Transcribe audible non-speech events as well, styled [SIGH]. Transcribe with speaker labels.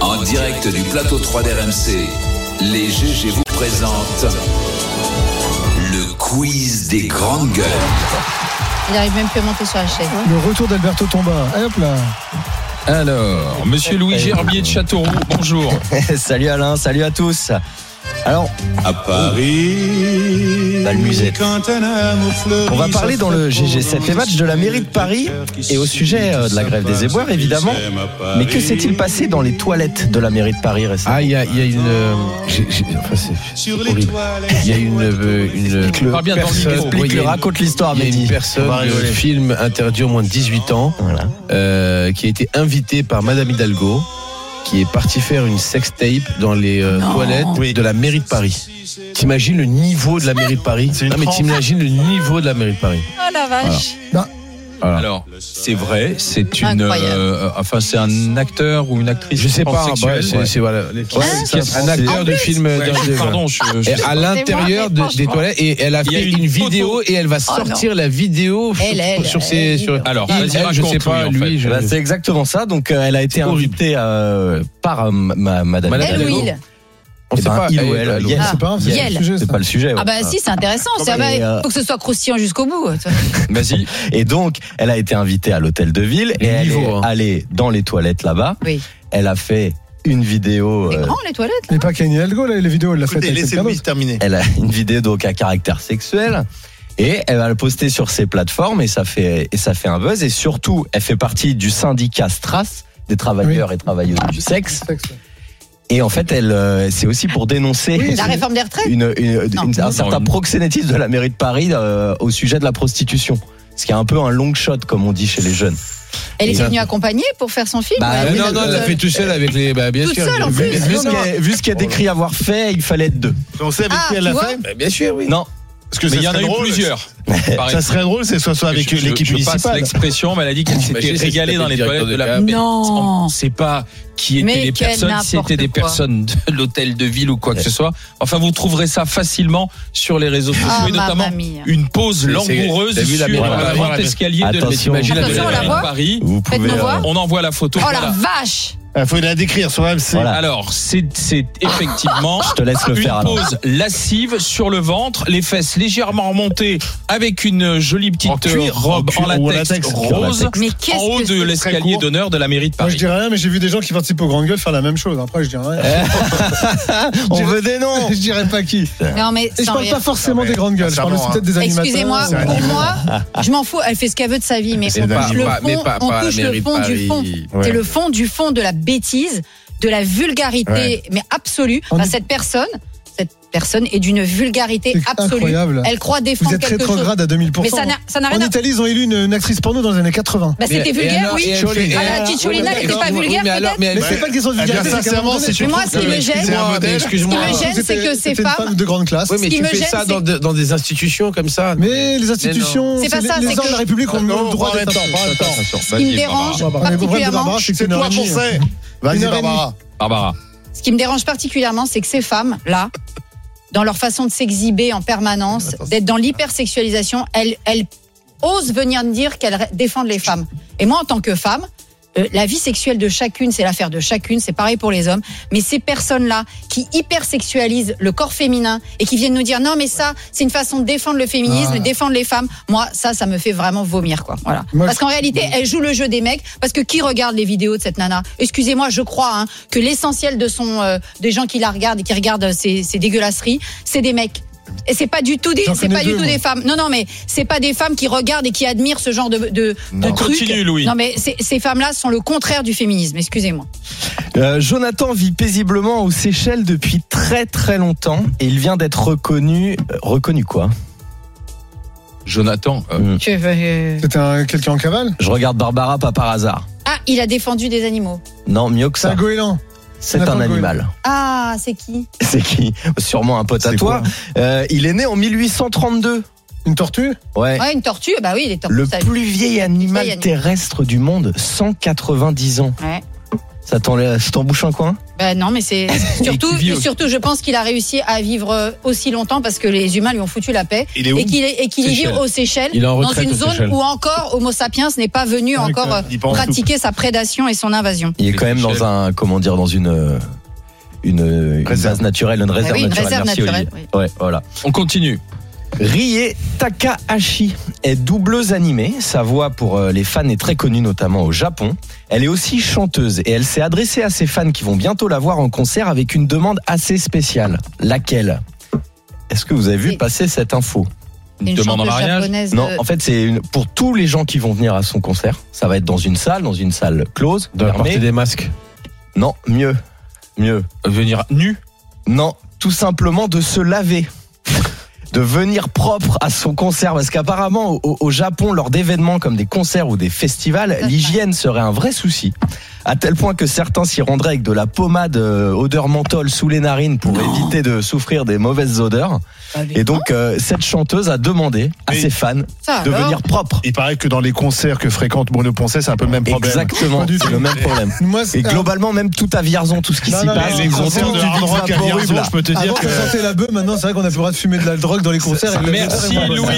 Speaker 1: En direct du plateau 3 d'RMC, les GG vous présentent le quiz des grandes gueules.
Speaker 2: Il n'arrive même plus à monter sur la chaise.
Speaker 3: Le retour d'Alberto Tomba. Hop là.
Speaker 4: Alors, monsieur Louis Gerbier de Châteauroux, bonjour.
Speaker 5: [LAUGHS] salut Alain, salut à tous. Alors,
Speaker 1: À Paris,
Speaker 5: Bah, le musette.
Speaker 6: On
Speaker 5: on va parler dans le GG7 match de la mairie de Paris et au sujet euh, de la grève des éboueurs, évidemment. Mais que s'est-il passé dans les toilettes de la mairie de Paris récemment
Speaker 7: Bah Ah, il y a, il y a une. euh, j'ai- j'ai- enfin, c'est-
Speaker 6: Sur les
Speaker 7: horrible.
Speaker 6: toilettes.
Speaker 7: Il y a une. euh, une
Speaker 5: Explique-le.
Speaker 4: Parle bien dans le micro.
Speaker 7: oui, il y a
Speaker 5: Explique-le,
Speaker 7: une-
Speaker 5: raconte l'histoire,
Speaker 7: il y a
Speaker 5: Mehdi.
Speaker 7: une personne
Speaker 5: On va
Speaker 7: de
Speaker 5: rigoler.
Speaker 7: film interdit au moins de 18 ans
Speaker 5: Voilà.
Speaker 7: euh, qui a été invitée par Madame Hidalgo qui est partie faire une sextape dans les euh, toilettes de la mairie de Paris. T'imagines le niveau de la mairie de Paris Non mais t'imagines le niveau de la mairie de Paris.
Speaker 2: Oh la vache
Speaker 7: Voilà.
Speaker 4: Alors, c'est vrai, c'est une.
Speaker 2: Incroyable.
Speaker 4: euh, enfin, c'est un acteur ou une actrice
Speaker 7: Je sais pas,
Speaker 4: transsexuelle,
Speaker 7: ouais, c'est
Speaker 4: ouais.
Speaker 7: c'est- voilà, les-
Speaker 5: Ouais,
Speaker 7: c'est
Speaker 5: c'est-
Speaker 7: un acteur de film
Speaker 4: Ouais,
Speaker 7: interdit.
Speaker 4: Pardon, je. je-
Speaker 7: Et à l'intérieur de- des
Speaker 2: franchement.
Speaker 7: toilettes et elle a
Speaker 4: Il y a
Speaker 7: fait
Speaker 4: une
Speaker 7: une,
Speaker 4: photo.
Speaker 7: vidéo et elle va
Speaker 2: non.
Speaker 7: sortir la vidéo sur-
Speaker 2: Elle, elle,
Speaker 7: sur, ses
Speaker 2: elle,
Speaker 7: sur
Speaker 2: elle.
Speaker 4: Alors,
Speaker 7: Il,
Speaker 4: vas-y,
Speaker 7: elle, je
Speaker 4: raconte,
Speaker 7: sais pas
Speaker 4: Louis, en
Speaker 7: lui,
Speaker 4: fait.
Speaker 7: je-
Speaker 5: Bah, c'est exactement ça. Donc, euh, elle a été
Speaker 7: horrible.
Speaker 5: invitée euh, par euh, ma- Madame
Speaker 7: Madame
Speaker 2: Elle
Speaker 5: [LAUGHS]
Speaker 7: Hidalgo.
Speaker 2: ou il
Speaker 5: Hidalgo.
Speaker 7: on
Speaker 5: Eh
Speaker 7: sait
Speaker 5: ben,
Speaker 7: pas
Speaker 5: il
Speaker 7: elle
Speaker 5: ou elle,
Speaker 7: Hidalgo.
Speaker 5: Yann.
Speaker 3: C'est pas, c'est pas
Speaker 2: Yel.
Speaker 3: le sujet.
Speaker 5: C'est
Speaker 3: ça.
Speaker 5: pas le sujet.
Speaker 2: Ah
Speaker 5: ouais.
Speaker 2: bah si, c'est intéressant. Ça
Speaker 3: bah,
Speaker 2: va,
Speaker 5: Et, euh,
Speaker 2: faut que ce soit croustillant jusqu'au bout. toi.
Speaker 4: Vas-y.
Speaker 5: Et donc, elle a été invitée à l'hôtel de ville
Speaker 7: Le
Speaker 5: et elle
Speaker 7: niveau,
Speaker 5: est
Speaker 7: hein.
Speaker 5: allée dans les toilettes là-bas.
Speaker 2: Oui.
Speaker 5: Elle a fait une vidéo.
Speaker 2: C'est
Speaker 5: euh,
Speaker 2: grand les toilettes.
Speaker 3: Mais pas Kenny Hidalgo, là, les vidéos, elle l'a faite
Speaker 8: Écoutez,
Speaker 3: avec quelqu'un
Speaker 8: laissez-le
Speaker 3: d'autre.
Speaker 8: terminer.
Speaker 5: Elle a une vidéo donc à caractère sexuel et elle va le poster sur ses plateformes et ça fait et ça fait un buzz et surtout elle fait partie du syndicat Stras des travailleurs et travailleuses du sexe et en fait elle euh, c'est aussi pour dénoncer
Speaker 3: Oui,
Speaker 2: La réforme des retraites.
Speaker 5: une, une-
Speaker 2: Non.
Speaker 5: une-
Speaker 2: Non.
Speaker 5: un certain proxénétisme de la mairie de Paris euh, au sujet de la prostitution ce qui est un peu un long shot comme on dit chez les jeunes
Speaker 2: Elle
Speaker 5: Et-
Speaker 2: était venue accompagnée pour faire son film.
Speaker 5: Bah,
Speaker 2: ouais,
Speaker 7: Ah
Speaker 5: oui,
Speaker 7: non, non, elle l'a fait tout seul avec les. Bah, bien
Speaker 2: Toute
Speaker 7: sûr.
Speaker 2: seule, en
Speaker 5: vu,
Speaker 2: plus.
Speaker 5: vu ce
Speaker 7: non,
Speaker 5: qu'elle- vu ce qu'il y a décrit avoir fait il fallait être deux
Speaker 8: On sait avec
Speaker 2: Ah,
Speaker 8: qui elle
Speaker 2: tu
Speaker 8: l'a
Speaker 2: vois
Speaker 8: fait
Speaker 7: Bien sûr, oui.
Speaker 5: non
Speaker 8: Parce que
Speaker 4: Mais
Speaker 8: ça
Speaker 4: il y en a
Speaker 8: serait
Speaker 4: eu
Speaker 8: drôle.
Speaker 4: plusieurs. Pareil.
Speaker 8: Ça serait drôle, c'est soit soit avec
Speaker 4: Je- je-
Speaker 8: l'équipe
Speaker 4: je passe
Speaker 8: municipale.
Speaker 4: l'expression, mais elle a dit qu'elle s'était
Speaker 7: Imagine si
Speaker 4: régalée
Speaker 7: c'était
Speaker 4: dans
Speaker 7: le
Speaker 4: les
Speaker 7: directeur
Speaker 4: toilettes de la
Speaker 7: de
Speaker 4: mairie.
Speaker 7: la-
Speaker 2: Non.
Speaker 4: On sait pas qui étaient
Speaker 2: Mais
Speaker 4: les
Speaker 2: quel
Speaker 4: personnes, si c'était des
Speaker 2: n'importe quoi.
Speaker 4: personnes de [LAUGHS] l'hôtel de ville ou quoi que ce soit. Enfin, vous trouverez ça facilement sur les réseaux sociaux
Speaker 2: Ah,
Speaker 4: et
Speaker 2: ma
Speaker 4: notamment
Speaker 2: mamie.
Speaker 4: une pause
Speaker 7: C'est- c'est-
Speaker 4: langoureuse
Speaker 7: t'as vu la
Speaker 4: sur
Speaker 7: mairie-
Speaker 4: le
Speaker 7: voilà,
Speaker 4: grand
Speaker 7: voilà.
Speaker 4: escalier de
Speaker 5: Attention.
Speaker 4: l'hôtel
Speaker 2: Attention,
Speaker 4: de
Speaker 2: on la
Speaker 4: ville de
Speaker 2: voit
Speaker 4: Paris.
Speaker 5: vous pouvez
Speaker 4: bah,
Speaker 5: euh,
Speaker 2: Faites-nous voir.
Speaker 4: On envoie la photo.
Speaker 2: Oh la
Speaker 4: Voilà.
Speaker 2: vache
Speaker 4: bah,
Speaker 3: Ah,
Speaker 8: Il faut la décrire sur AMC.
Speaker 5: Voilà.
Speaker 4: Alors, c'est c'est
Speaker 2: Ah.
Speaker 4: effectivement
Speaker 5: Ah. je te laisse le
Speaker 4: une
Speaker 5: faire Alain.
Speaker 4: pose lascive sur le ventre, les fesses légèrement remontées avec une jolie petite
Speaker 8: En cuir,
Speaker 4: euh, robe
Speaker 8: en cuir
Speaker 4: en
Speaker 8: ou en
Speaker 4: latex,
Speaker 8: latex.
Speaker 5: En
Speaker 4: rose
Speaker 5: latex.
Speaker 2: Mais
Speaker 4: bah, en
Speaker 2: qu'est-ce
Speaker 4: haut
Speaker 2: que
Speaker 4: de
Speaker 2: c'est
Speaker 8: Très
Speaker 4: l'escalier
Speaker 8: court.
Speaker 4: d'honneur de la mairie de
Speaker 3: Moi, je
Speaker 4: Paris.
Speaker 3: dis rien, mais j'ai vu des gens qui participent aux grandes gueules faire la même chose. Après, je dis rien.
Speaker 2: Eh.
Speaker 3: [LAUGHS]
Speaker 5: on veut des noms
Speaker 3: Je dirais pas qui.
Speaker 2: Non mais
Speaker 3: Et je
Speaker 2: sans
Speaker 3: parle
Speaker 2: rire.
Speaker 3: pas forcément
Speaker 8: Non,
Speaker 4: Ah,
Speaker 8: mais
Speaker 3: des grandes gueules. Je parle aussi
Speaker 8: sincèrement,
Speaker 3: peut-être des animateurs.
Speaker 2: hein. Excusez-moi,
Speaker 3: C'est un
Speaker 2: pour
Speaker 3: animal.
Speaker 2: moi, je m'en fous, elle fait ce qu'elle veut de sa vie, mais
Speaker 7: C'est
Speaker 2: on
Speaker 7: pas-
Speaker 2: touche le
Speaker 7: pas- mais
Speaker 2: fond,
Speaker 7: pas-
Speaker 2: on
Speaker 7: pas à la
Speaker 2: touche le
Speaker 7: mairie de
Speaker 2: fond du
Speaker 7: Paris.
Speaker 2: fond.
Speaker 8: Ouais.
Speaker 2: C'est le fond du fond de la bêtise, de la vulgarité,
Speaker 8: Ouais.
Speaker 2: mais absolue.
Speaker 3: On
Speaker 2: Enfin,
Speaker 3: dit-
Speaker 2: cette personne, cette personne est d'une vulgarité
Speaker 3: C'est
Speaker 2: absolue.
Speaker 3: incroyable.
Speaker 2: Elle croit
Speaker 3: Vous
Speaker 2: défendre
Speaker 3: êtes
Speaker 2: quelque chose.
Speaker 3: rétrograde à 2000%.
Speaker 2: Mais ça n'a ça n'a
Speaker 3: En
Speaker 2: rien à
Speaker 3: Italie, ils ont élu une, une actrice porno dans les années 80.
Speaker 2: Bah, c'était
Speaker 7: Et- et
Speaker 2: vulgaire,
Speaker 7: alors-
Speaker 2: oui.
Speaker 7: et elle fait-
Speaker 2: Ah, la
Speaker 7: et-
Speaker 2: Cicciolina,
Speaker 7: oui,
Speaker 2: elle était pas
Speaker 7: d'accord, oui,
Speaker 2: vulgaire,
Speaker 7: mais alors- mais elle-
Speaker 3: Mais c'est pas une question de
Speaker 8: Eh bien,
Speaker 3: vulgarité. c'est qu'à un
Speaker 8: sincèrement,
Speaker 3: moment donné,
Speaker 8: si tu
Speaker 2: Mais moi,
Speaker 8: trouves
Speaker 2: ce qui
Speaker 8: que-
Speaker 2: me gêne,
Speaker 7: excusez-moi,
Speaker 8: un
Speaker 7: mais
Speaker 8: modèle.
Speaker 7: excuse-moi.
Speaker 2: Ce qui me gêne,
Speaker 3: c'était-
Speaker 2: c'est que ces
Speaker 3: c'était une
Speaker 2: femmes-
Speaker 3: femme de grande classe.
Speaker 7: Oui, mais
Speaker 2: qui
Speaker 7: tu
Speaker 2: me
Speaker 7: fais
Speaker 2: gêne,
Speaker 7: ça dans,
Speaker 2: c'est-
Speaker 7: de- dans des institutions comme ça.
Speaker 3: Mais les institutions,
Speaker 2: C'est pas
Speaker 3: les-
Speaker 2: ça,
Speaker 3: les
Speaker 2: c'est
Speaker 3: gens
Speaker 2: que-
Speaker 3: de la République ont
Speaker 8: Non,
Speaker 3: le droit
Speaker 8: en même
Speaker 3: d'être
Speaker 8: temps, en même temps.
Speaker 2: Ce qui me dérange
Speaker 3: Bon, bah, le problème de
Speaker 2: particulièrement,
Speaker 3: Barbara, c'est que
Speaker 8: C'est
Speaker 3: une
Speaker 8: toi
Speaker 3: heure et
Speaker 8: qu'on
Speaker 3: demie.
Speaker 8: sait.
Speaker 3: Une
Speaker 8: Vas-y,
Speaker 3: heure et demie.
Speaker 8: Barbara.
Speaker 4: Barbara.
Speaker 2: ce qui me dérange particulièrement, c'est que ces femmes, là, dans leur façon de s'exhiber en permanence, d'être dans l'hypersexualisation, elles, elles osent venir me dire qu'elles défendent les femmes. Et moi, en tant que femme, euh, la vie sexuelle de chacune, c'est l'affaire de chacune, c'est pareil pour les hommes. Mais ces personnes-là qui hypersexualisent le corps féminin et qui viennent nous dire non, mais ça, c'est une façon de défendre le féminisme,
Speaker 3: Voilà.
Speaker 2: de défendre les femmes, moi, ça, ça me fait vraiment vomir, quoi. Voilà.
Speaker 3: Moi,
Speaker 2: parce
Speaker 3: je-
Speaker 2: qu'en réalité, elle joue le jeu des mecs, parce que qui regarde les vidéos de cette nana Excusez-moi, je crois hein, que l'essentiel de son, euh, des gens qui la regardent et qui regardent euh, ces, ces dégueulasseries, c'est des mecs. Et c'est pas du tout des,
Speaker 3: J'en
Speaker 2: c'est
Speaker 3: connais
Speaker 2: pas du
Speaker 3: deux,
Speaker 2: tout
Speaker 3: moi.
Speaker 2: des femmes. Non, non, mais c'est pas des femmes qui regardent et qui admirent ce genre de, de, de trucs.
Speaker 4: Continue, Louis.
Speaker 2: Non, mais ces- ces femmes-là sont le contraire du féminisme. Excusez-moi.
Speaker 5: Euh, Jonathan vit paisiblement aux Seychelles depuis très très longtemps et il vient d'être reconnu. euh, reconnu quoi
Speaker 4: Jonathan, euh,
Speaker 5: Mm.
Speaker 2: Je veux- euh,
Speaker 3: C'était un- quelqu'un en cavale
Speaker 5: Je regarde Barbara pas par hasard.
Speaker 2: Ah, il a défendu des animaux.
Speaker 5: Non, mieux que
Speaker 3: C'est un
Speaker 5: ça.
Speaker 3: goéland.
Speaker 5: C'est
Speaker 3: Jonathan
Speaker 5: un animal. [LAUGHS]
Speaker 2: Ah, c'est qui
Speaker 5: C'est qui Sûrement un pote à
Speaker 8: C'est
Speaker 5: toi. Euh, il est né en 1832.
Speaker 3: Une tortue
Speaker 5: Ouais.
Speaker 2: Ouais, une tortue. Bah oui, il est tortue.
Speaker 5: Le
Speaker 2: ça-
Speaker 5: plus vieil animal
Speaker 2: animal.
Speaker 5: terrestre du monde, 190 ans.
Speaker 2: Ouais.
Speaker 5: Ça t'en- ça t'embouche un coin
Speaker 2: Bah, Ben non, mais c'est surtout,
Speaker 5: qui vit
Speaker 2: et
Speaker 5: aussi.
Speaker 2: surtout, je pense qu'il a réussi à vivre euh, aussi longtemps parce que les humains lui ont foutu la paix
Speaker 8: Il est où
Speaker 2: et qu'il est- et qu'il y vit
Speaker 7: Seychelles.
Speaker 2: aux Seychelles,
Speaker 7: Il est en
Speaker 2: dans
Speaker 7: retraite
Speaker 2: une
Speaker 7: aux
Speaker 2: zone
Speaker 7: Seychelles.
Speaker 2: où encore Homo sapiens n'est pas venu encore euh,
Speaker 8: il est pas en
Speaker 2: pratiquer sa prédation et son invasion.
Speaker 5: Il est quand même dans un, comment dire, dans une, euh, une, euh, une
Speaker 8: Réserve.
Speaker 5: base naturelle, une réserve
Speaker 2: Ah oui, une
Speaker 5: naturelle.
Speaker 2: réserve
Speaker 5: Merci,
Speaker 2: naturelle,
Speaker 5: Olivier. Ouais, voilà.
Speaker 4: On continue.
Speaker 5: Rie Takahashi est doubleuse animée. Sa voix pour euh, les fans est très connue, notamment au Japon. Elle est aussi chanteuse et elle s'est adressée à ses fans qui vont bientôt la voir en concert avec une demande assez spéciale. Laquelle Est-ce que vous avez vu
Speaker 2: C'est-
Speaker 5: passer cette info
Speaker 2: C'est une
Speaker 4: demande en
Speaker 2: chanteuse
Speaker 4: mariage
Speaker 2: japonaise de-
Speaker 5: Non, en fait, c'est une- pour tous les gens qui vont venir à son concert. Ça va être dans une salle, dans une salle close.
Speaker 7: Dans la
Speaker 5: fermée.
Speaker 7: portée des masques.
Speaker 5: Non, mieux, mieux.
Speaker 4: euh, Venir nu.
Speaker 5: Non, tout simplement de se laver. De venir propre à son concert. Parce qu'apparemment, au, au Japon, lors d'événements comme des concerts ou des festivals,
Speaker 2: Ça,
Speaker 5: l'hygiène serait un vrai souci. À tel point que certains s'y rendraient avec de la pommade euh, odeur menthol sous les narines pour éviter de souffrir des mauvaises odeurs. Et donc, euh, cette chanteuse a demandé à
Speaker 8: Mais-
Speaker 5: ses fans
Speaker 2: Ça,
Speaker 5: de
Speaker 2: alors
Speaker 5: venir propre.
Speaker 8: Il paraît que dans les concerts que fréquente Bruno Poncet, c'est un peu le même problème.
Speaker 5: Exactement,
Speaker 3: Pas du
Speaker 5: c'est
Speaker 3: tout.
Speaker 5: le même problème.
Speaker 3: Moi, c'est-
Speaker 5: Et globalement, même tout à Vierzon, tout ce qui
Speaker 3: Ah. Non,
Speaker 5: s'y
Speaker 3: non,
Speaker 5: passe,
Speaker 3: non,
Speaker 8: les
Speaker 5: ils ont
Speaker 8: concerts
Speaker 5: tout
Speaker 8: de
Speaker 5: du
Speaker 8: hard rock à
Speaker 5: horrible.
Speaker 7: Ah
Speaker 8: Vierzon, je peux te dire
Speaker 3: Avant,
Speaker 8: que.
Speaker 3: ça sentait la bœuf, maintenant, c'est vrai qu'on a plus le droit de fumer de la drogue dans les concerts. et le-
Speaker 4: Merci Louis.